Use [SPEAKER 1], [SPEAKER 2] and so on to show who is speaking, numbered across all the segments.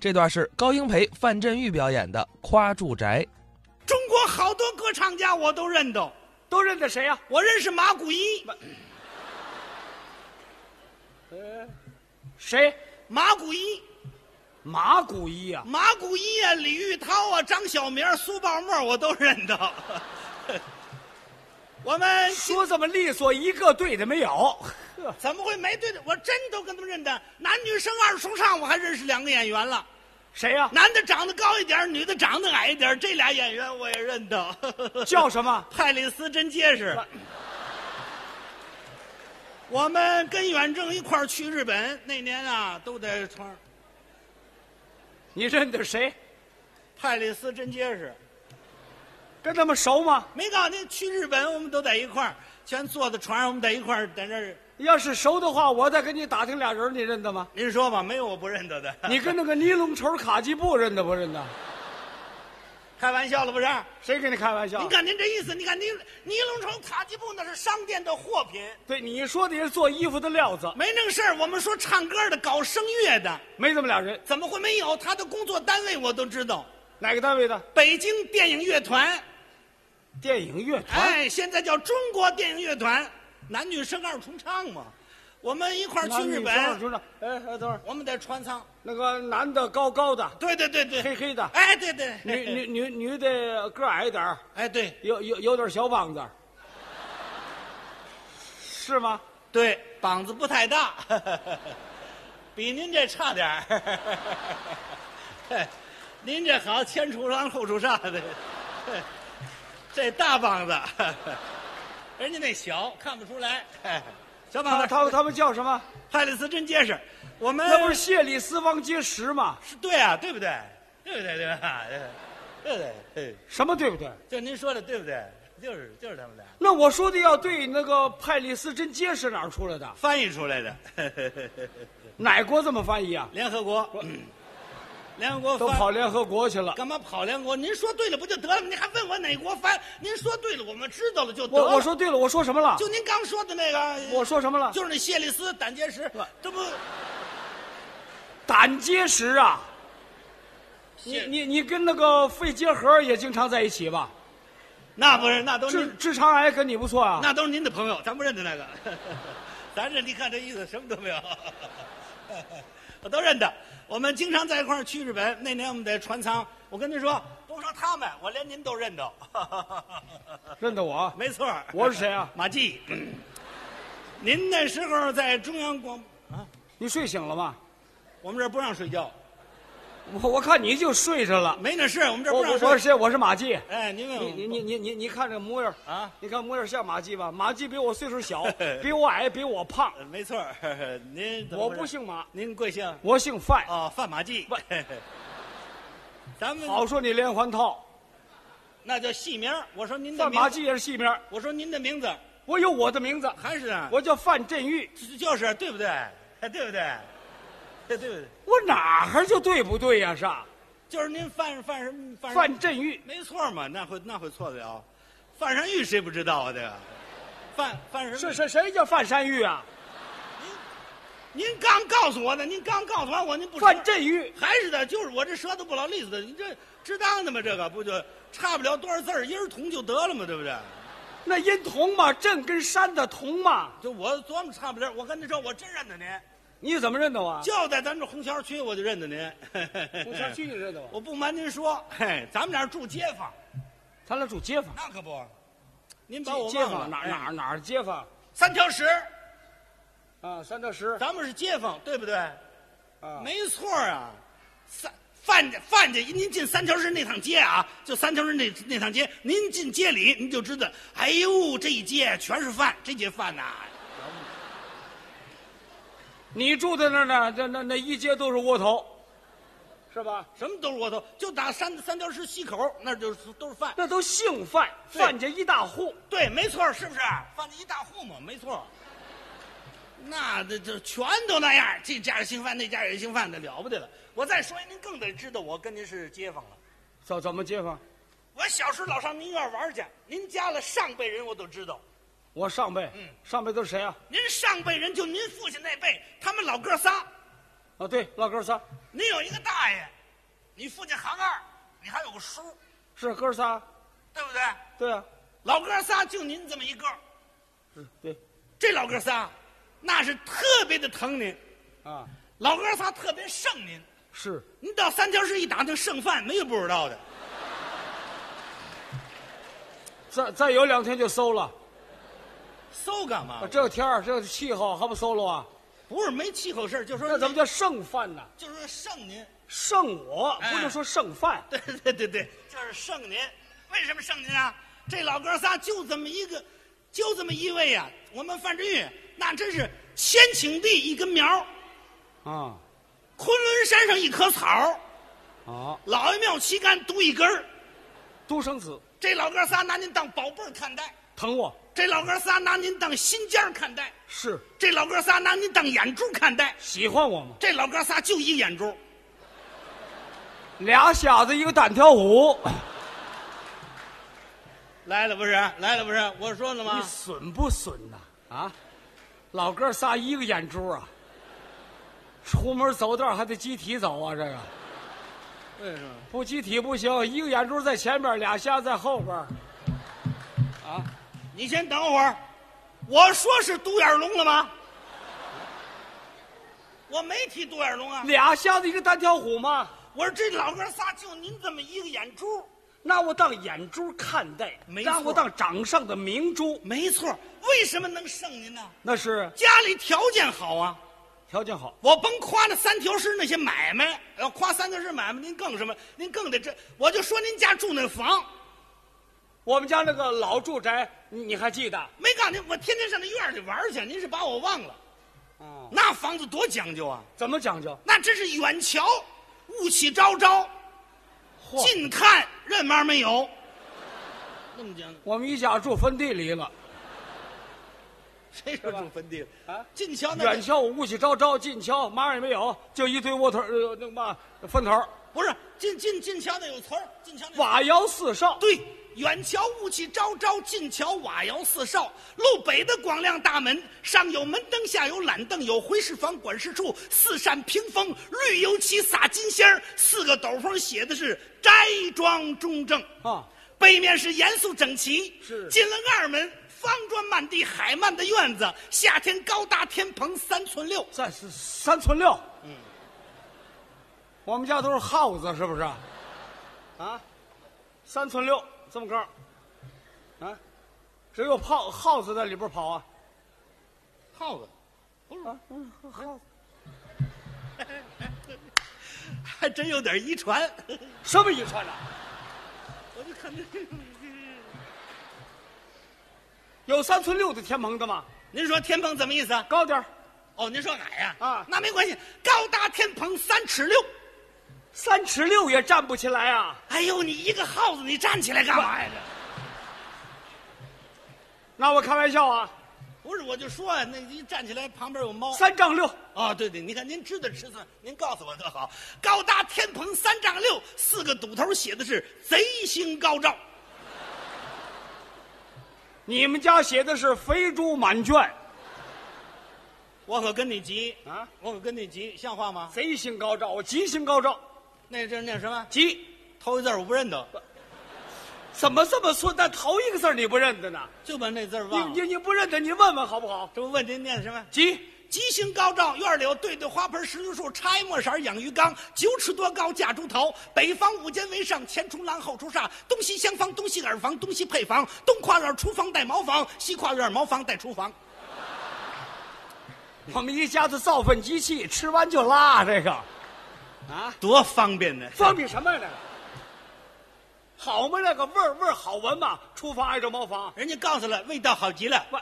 [SPEAKER 1] 这段是高英培、范振钰表演的《夸住宅》。
[SPEAKER 2] 中国好多歌唱家我都认得，
[SPEAKER 3] 都认得谁啊呀、
[SPEAKER 2] 我认识马古一，
[SPEAKER 3] 谁？
[SPEAKER 2] 马古一，
[SPEAKER 3] 马古一呀、
[SPEAKER 2] 马古一啊，李玉涛啊，张小明、苏报沫我都认得。 我们
[SPEAKER 3] 说这么利索，一个对的没有。
[SPEAKER 2] 怎么会没对的？我真都跟他们认得，男女生二重唱，我还认识两个演员了。
[SPEAKER 3] 谁啊呀、
[SPEAKER 2] 男的长得高一点，女的长得矮一点，这俩演员我也认得。
[SPEAKER 3] 叫什么？
[SPEAKER 2] 派里斯真结实。我们跟远征一块儿去日本那年啊，都在村儿
[SPEAKER 3] 你认得谁？
[SPEAKER 2] 派里斯真结实。
[SPEAKER 3] 跟他们熟吗？
[SPEAKER 2] 没告诉你，去日本我们都在一块儿，全坐在船上，我们在一块儿在那儿。
[SPEAKER 3] 要是熟的话，我再给你打听俩人，你认得吗？
[SPEAKER 2] 您说吧，没有我不认得的。
[SPEAKER 3] 你跟那个尼龙绸卡其布认得不认得？
[SPEAKER 2] 开玩笑了不是？
[SPEAKER 3] 谁跟你开玩笑
[SPEAKER 2] 您？看您这意思，你看尼尼龙绸塔吉布那是商店的货品，
[SPEAKER 3] 对，你说的也是做衣服的料子，
[SPEAKER 2] 没那个事儿。我们说唱歌的、搞声乐的，
[SPEAKER 3] 没这么俩人。
[SPEAKER 2] 怎么会没有？他的工作单位我都知道，
[SPEAKER 3] 哪个单位的？
[SPEAKER 2] 北京电影乐团，
[SPEAKER 3] 电影乐团。
[SPEAKER 2] 哎，现在叫中国电影乐团，男女生二重唱嘛。我们一块儿
[SPEAKER 3] 男
[SPEAKER 2] 去
[SPEAKER 3] 女
[SPEAKER 2] 日
[SPEAKER 3] 双
[SPEAKER 2] 本，
[SPEAKER 3] 主唱哎哎，等会儿，
[SPEAKER 2] 我们在船舱。
[SPEAKER 3] 那个男的高高的，
[SPEAKER 2] 对对对对，
[SPEAKER 3] 黑黑的
[SPEAKER 2] 哎，对对，
[SPEAKER 3] 女女女女的个儿矮点儿，
[SPEAKER 2] 哎，对
[SPEAKER 3] 有有有点小膀子，是吗？
[SPEAKER 2] 对，膀子不太大， 比您这差点儿。 您这好，前出上后出上的， 这大膀子， 人家那小看不出来。小膀
[SPEAKER 3] 他
[SPEAKER 2] 子，
[SPEAKER 3] 他他们叫什么？
[SPEAKER 2] 派里斯真结实。我们
[SPEAKER 3] 那不是谢里斯方结石吗？
[SPEAKER 2] 是对啊，对不对？对不对？对吧？对不对？对，
[SPEAKER 3] 什么对不对？
[SPEAKER 2] 就您说的对不对？就是就是他们俩
[SPEAKER 3] 那我说的要对，那个派里斯真结实哪儿出来的？
[SPEAKER 2] 翻译出来的。
[SPEAKER 3] 哪国这么翻译啊？
[SPEAKER 2] 联合国，联合国
[SPEAKER 3] 都
[SPEAKER 2] 翻
[SPEAKER 3] 跑联合国去了。
[SPEAKER 2] 干嘛跑联合国？您说对了不就得了吗？您还问我哪国翻？您说对了，我们知道了就得
[SPEAKER 3] 我
[SPEAKER 2] 了。
[SPEAKER 3] 我说对了，我说什么了？
[SPEAKER 2] 就您刚说的那个，
[SPEAKER 3] 我说什么了？
[SPEAKER 2] 就是那谢利斯胆结石，这不
[SPEAKER 3] 胆结石啊！你你你跟那个肺结核也经常在一起吧？
[SPEAKER 2] 那不是那都是
[SPEAKER 3] 直
[SPEAKER 2] 您
[SPEAKER 3] 直肠癌跟你不错啊。
[SPEAKER 2] 那都是您的朋友，咱不认得那个， 咱这你看这意思什么都没有， 我都认得。我们经常在一块儿去日本，那年我们在船舱，我跟您说，甭说他们，我连您都认得。
[SPEAKER 3] 认得我？啊
[SPEAKER 2] 没错儿，
[SPEAKER 3] 我是谁啊
[SPEAKER 2] 马季。 嗯您那时候在中央广，
[SPEAKER 3] 你睡醒了吗？
[SPEAKER 2] 我们这儿不让睡觉，
[SPEAKER 3] 我我看你就睡着了。
[SPEAKER 2] 没那事，我们这儿
[SPEAKER 3] 我
[SPEAKER 2] 不
[SPEAKER 3] 我
[SPEAKER 2] 让
[SPEAKER 3] 我
[SPEAKER 2] 睡。
[SPEAKER 3] 是谁？我是马季。嗯
[SPEAKER 2] 哎，您问
[SPEAKER 3] 你你你你你你看这模样
[SPEAKER 2] 啊
[SPEAKER 3] 你看模样像马季吧？马季比我岁数 小，比我矮，比我胖。
[SPEAKER 2] 我，没错儿，您怎么
[SPEAKER 3] 我
[SPEAKER 2] 回事
[SPEAKER 3] 不，姓马，
[SPEAKER 2] 您贵姓？
[SPEAKER 3] 我姓范。
[SPEAKER 2] 哦，范马季。咱们
[SPEAKER 3] 好说你连环套，
[SPEAKER 2] 那叫戏名儿。我说您的
[SPEAKER 3] 范
[SPEAKER 2] 名
[SPEAKER 3] 马
[SPEAKER 2] 字，
[SPEAKER 3] 季也是戏名。
[SPEAKER 2] 我说您的名字
[SPEAKER 3] 我有我的名字，
[SPEAKER 2] 还是啊，
[SPEAKER 3] 我叫范振玉。
[SPEAKER 2] 就是对不对？哎对不对？对对不对？
[SPEAKER 3] 我哪儿就对不对呀、是吧
[SPEAKER 2] 就是您范范什么范什么
[SPEAKER 3] 范振玉，
[SPEAKER 2] 没错嘛，那会那会错得了？范山玉谁不知道啊？这个范范什
[SPEAKER 3] 是
[SPEAKER 2] 么？
[SPEAKER 3] 是谁叫范山玉啊？
[SPEAKER 2] 您刚告诉我的，您刚告诉完我，您不说
[SPEAKER 3] 范振玉，
[SPEAKER 2] 还是的，就是我这舌头不老利索的，你这值当的嘛？这个不就差不了多少字儿，音儿同就得了嘛，对不对？
[SPEAKER 3] 那音同嘛，镇跟山的同嘛。
[SPEAKER 2] 就我琢磨差不了，我跟您说，我真认得您，
[SPEAKER 3] 你怎么认得我？啊
[SPEAKER 2] 就在咱这红桥区，我就认得您。
[SPEAKER 3] 红桥区你认得 我？
[SPEAKER 2] 我不瞒您说，嘿，咱们俩住街坊，
[SPEAKER 3] 咱俩住街坊，
[SPEAKER 2] 那可不。您把我
[SPEAKER 3] 街
[SPEAKER 2] 忘了
[SPEAKER 3] 坊哪儿
[SPEAKER 2] 哎
[SPEAKER 3] 哪儿哪儿街坊
[SPEAKER 2] 三条石，
[SPEAKER 3] 啊？三到十
[SPEAKER 2] 咱们是街坊，对不对？
[SPEAKER 3] 啊？
[SPEAKER 2] 没错儿啊，三范家范家，您进三条市那趟街啊，就三条市那那趟街，您进街里您就知道，哎呦，这一街全是饭，这街饭呐、
[SPEAKER 3] 你住在那儿呢？那那那一街都是窝头，是吧？
[SPEAKER 2] 什么都是窝头，就打三三条市西口那儿就是都是饭。
[SPEAKER 3] 那都姓范，
[SPEAKER 2] 对
[SPEAKER 3] 范家一大户。
[SPEAKER 2] 对，没错儿，是不是？饭家一大户嘛，没错儿。那这这全都那样，这家也姓范，那家也姓范的，了不得了。我再说一，您更得知道我跟您是街坊了。
[SPEAKER 3] 怎怎么街坊？
[SPEAKER 2] 我小时候老上您院玩去，您家了上辈人我都知道。
[SPEAKER 3] 我上辈，
[SPEAKER 2] 嗯
[SPEAKER 3] 上辈都是谁啊？
[SPEAKER 2] 您上辈人就您父亲那辈，他们老哥仨，
[SPEAKER 3] 啊，对，老哥仨，
[SPEAKER 2] 您有一个大爷，你父亲行二，你还有个叔，
[SPEAKER 3] 是哥仨，
[SPEAKER 2] 对不对？
[SPEAKER 3] 对啊，
[SPEAKER 2] 老哥仨就您这么一个，
[SPEAKER 3] 嗯，对，
[SPEAKER 2] 这老哥仨，那是特别的疼您，
[SPEAKER 3] 啊，
[SPEAKER 2] 老哥仨特别剩您。
[SPEAKER 3] 是，
[SPEAKER 2] 您到三条市一打听剩饭，没有不知道的。
[SPEAKER 3] 再再有两天就收了。
[SPEAKER 2] 搜干嘛
[SPEAKER 3] 啊？这个天儿，这个气候还不馊了啊？
[SPEAKER 2] 不是没气口事儿，就说
[SPEAKER 3] 那怎么叫剩饭呢？
[SPEAKER 2] 就是说剩您。
[SPEAKER 3] 剩我
[SPEAKER 2] 哎
[SPEAKER 3] 不能说剩饭，
[SPEAKER 2] 对对对对，就是剩您。为什么剩您啊？这老哥仨就这么一个，就这么一位呀、我们范振钰那真是千顷地一根苗儿，
[SPEAKER 3] 啊，
[SPEAKER 2] 昆仑山上一棵草儿，
[SPEAKER 3] 好，
[SPEAKER 2] 老爷庙旗杆独一根儿。
[SPEAKER 3] 独生子
[SPEAKER 2] 这老哥仨拿您当宝贝儿看待，
[SPEAKER 3] 疼我
[SPEAKER 2] 这老哥仨拿您当心尖儿看待，
[SPEAKER 3] 是
[SPEAKER 2] 这老哥仨拿您当眼珠看待。
[SPEAKER 3] 喜欢我吗？
[SPEAKER 2] 这老哥仨就一眼珠，
[SPEAKER 3] 俩小子一个单挑虎，
[SPEAKER 2] 来了不是？来了不是？我说了
[SPEAKER 3] 你
[SPEAKER 2] 吗？
[SPEAKER 3] 损不损呐？啊，老哥仨一个眼珠啊，出门走道还得集体走啊，这个
[SPEAKER 2] 为什么？
[SPEAKER 3] 不集体不行，一个眼珠在前边，俩瞎在后边，啊，
[SPEAKER 2] 你先等会儿，我说是独眼龙了吗？我没提独眼龙啊，
[SPEAKER 3] 俩瞎子一个单挑虎吗？
[SPEAKER 2] 我说这老哥仨就您这么一个眼珠，
[SPEAKER 3] 拿我当眼珠看待，
[SPEAKER 2] 没
[SPEAKER 3] 拿
[SPEAKER 2] 错
[SPEAKER 3] 我当掌上的明珠，
[SPEAKER 2] 没错。为什么能胜您呢？
[SPEAKER 3] 那是
[SPEAKER 2] 家里条件好啊，
[SPEAKER 3] 条件好。
[SPEAKER 2] 我甭夸那三条市那些买卖，要夸三条市买卖，您更什么？您更得这，我就说您家住那房，
[SPEAKER 3] 我们家那个老住宅，你你还记得？
[SPEAKER 2] 没告诉您，我天天上那院里玩去，您是把我忘了。
[SPEAKER 3] 啊，
[SPEAKER 2] 那房子多讲究啊！
[SPEAKER 3] 怎么讲究？
[SPEAKER 2] 那真是远瞧，雾气昭昭，近看任嘛没有。那么讲，
[SPEAKER 3] 我们一家住坟地里了，
[SPEAKER 2] 谁说住坟地了
[SPEAKER 3] 啊
[SPEAKER 2] 近瞧那
[SPEAKER 3] 远瞧我雾气昭昭，近瞧嘛也没有，就一堆窝头，呃，那个嘛坟头，
[SPEAKER 2] 不是近近近瞧那有词儿，近瞧那
[SPEAKER 3] 瓦窑四少。
[SPEAKER 2] 对，远瞧雾气昭昭，近瞧瓦窑四少。路北的广亮大门，上有门灯，下有懒凳，有回事房、管事处，四扇屏风，绿油漆撒金星儿，四个斗方写的是斋庄中正
[SPEAKER 3] 啊。
[SPEAKER 2] 背面是严肃整齐，
[SPEAKER 3] 是
[SPEAKER 2] 进了二门，方砖满地，海漫的院子，夏天高大天棚三寸六，
[SPEAKER 3] 再是三寸六。嗯，我们家都是耗子，是不是？啊，三寸六这么高，啊，只有耗耗子在里边跑啊。
[SPEAKER 2] 耗子，
[SPEAKER 3] 啊，嗯，耗子
[SPEAKER 2] 还真有点遗传。
[SPEAKER 3] 什么遗传啊呢？
[SPEAKER 2] 我就看这，
[SPEAKER 3] 有三寸六的天棚的吗？
[SPEAKER 2] 您说天棚怎么意思啊？
[SPEAKER 3] 高点儿
[SPEAKER 2] 哦，您说矮呀、
[SPEAKER 3] 啊
[SPEAKER 2] 那没关系，高大天棚三尺六。
[SPEAKER 3] 三尺六也站不起来啊！
[SPEAKER 2] 哎呦，你一个耗子，你站起来干嘛呀？这
[SPEAKER 3] 拿我开玩笑啊！
[SPEAKER 2] 不是，我就说啊，那一站起来旁边有猫。
[SPEAKER 3] 三丈六，
[SPEAKER 2] 哦，对对，你看您知道尺寸，您告诉我多好。高大天棚三丈六，四个堵头写的是贼星高照。
[SPEAKER 3] 你们家写的是肥猪满圈，
[SPEAKER 2] 我可跟你急
[SPEAKER 3] 啊！
[SPEAKER 2] 我可跟你急，像话吗？
[SPEAKER 3] 贼星高照，我吉星高照，
[SPEAKER 2] 那这那什么，
[SPEAKER 3] 吉，
[SPEAKER 2] 头一字儿我不认得，
[SPEAKER 3] 怎么这么说？那头一个字儿你不认得呢？
[SPEAKER 2] 就把那字儿
[SPEAKER 3] 你
[SPEAKER 2] 忘
[SPEAKER 3] 你
[SPEAKER 2] 了。
[SPEAKER 3] 你不认得，你问问好不好？
[SPEAKER 2] 这不问您念的什么？
[SPEAKER 3] 急，
[SPEAKER 2] 吉星高照，院里有对对花盆、石榴树，插一墨色儿养鱼缸，九尺多高架猪头，北方五间为上，前冲廊后出煞，东西厢房，东西耳房，东西配房，东跨院厨房带茅房，西跨院茅房带厨房。
[SPEAKER 3] 我们一家子造粪机器，吃完就拉这个，啊，
[SPEAKER 2] 多方便呢！
[SPEAKER 3] 方便什么呀？这个好吗？那个味儿味儿好闻吗？厨房挨着茅房，
[SPEAKER 2] 人家告诉了，味道好极了
[SPEAKER 3] 喂，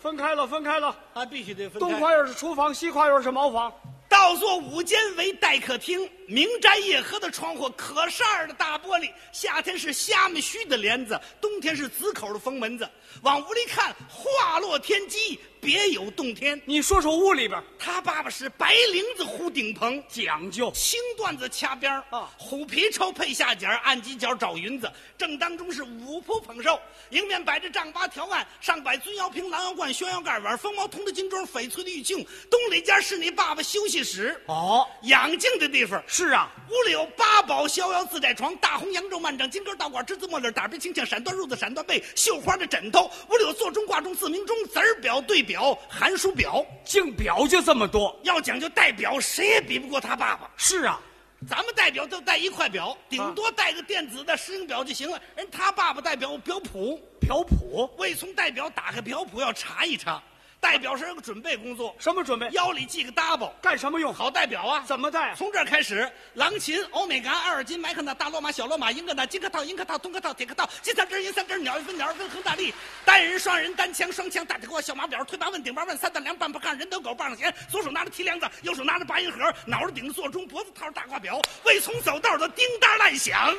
[SPEAKER 3] 分开了，分开了。
[SPEAKER 2] 啊，必须得分
[SPEAKER 3] 东
[SPEAKER 2] 开。
[SPEAKER 3] 跨院是厨房，西跨院是茅房，
[SPEAKER 2] 倒座五间为待客厅，明斋夜喝的窗户，可扇儿的大玻璃。夏天是虾米须的帘子，冬天是紫口的封门子。往屋里看，花落天机，别有洞天。
[SPEAKER 3] 你说说屋里边
[SPEAKER 2] 他爸爸是白绫子糊顶棚，
[SPEAKER 3] 讲究，
[SPEAKER 2] 青缎子掐边儿
[SPEAKER 3] 啊
[SPEAKER 2] 虎皮超配下角，按犄角找云子，正当中是五铺捧寿，迎面摆着丈八条案，上摆尊窑瓶、狼窑罐、宣窑盖碗、风毛铜的金钟、翡翠的玉磬。东里间是你爸爸休息室，
[SPEAKER 3] 哦，
[SPEAKER 2] 养静的地方。
[SPEAKER 3] 是啊，
[SPEAKER 2] 屋里有八宝逍遥自在床，大红扬州幔帐，金钩倒挂栀子墨粒，打边青酱，闪缎褥子，闪缎被，绣花的枕头。屋里有座钟、挂钟、四明钟、子儿表、对表、寒暑表。
[SPEAKER 3] 净表就这么多。
[SPEAKER 2] 要讲究戴表，谁也比不过他爸爸。
[SPEAKER 3] 是啊，
[SPEAKER 2] 咱们戴表就戴一块表，顶多戴个电子的石英表就行了。人他爸爸戴表有表谱，
[SPEAKER 3] 表谱
[SPEAKER 2] 魏从戴表打开表谱要查一查，戴表是有个准备工作，
[SPEAKER 3] 什么准备？
[SPEAKER 2] 腰里系个搭包，
[SPEAKER 3] 干什么用？
[SPEAKER 2] 好戴表啊。
[SPEAKER 3] 怎么戴？
[SPEAKER 2] 从这儿开始，郎琴、欧美嘎、阿尔金、麦克纳、大罗马、小罗马、英格纳、金克套、银克套、铜克套、铁克套、金三针、银三针、鸟一分、鸟二分、恒大力、单人、双人、单枪、双枪、大铁锅、小马表、推八问、顶八问、三段梁、半步杠、人头狗、棒上弦，左手拿着提梁子，右手拿着八音盒，脑袋顶着座钟，脖子套着大挂表，为从走道的叮当乱响。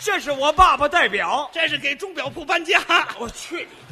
[SPEAKER 3] 这是我爸爸代表。
[SPEAKER 2] 这是给钟表铺搬家。
[SPEAKER 3] 我去你！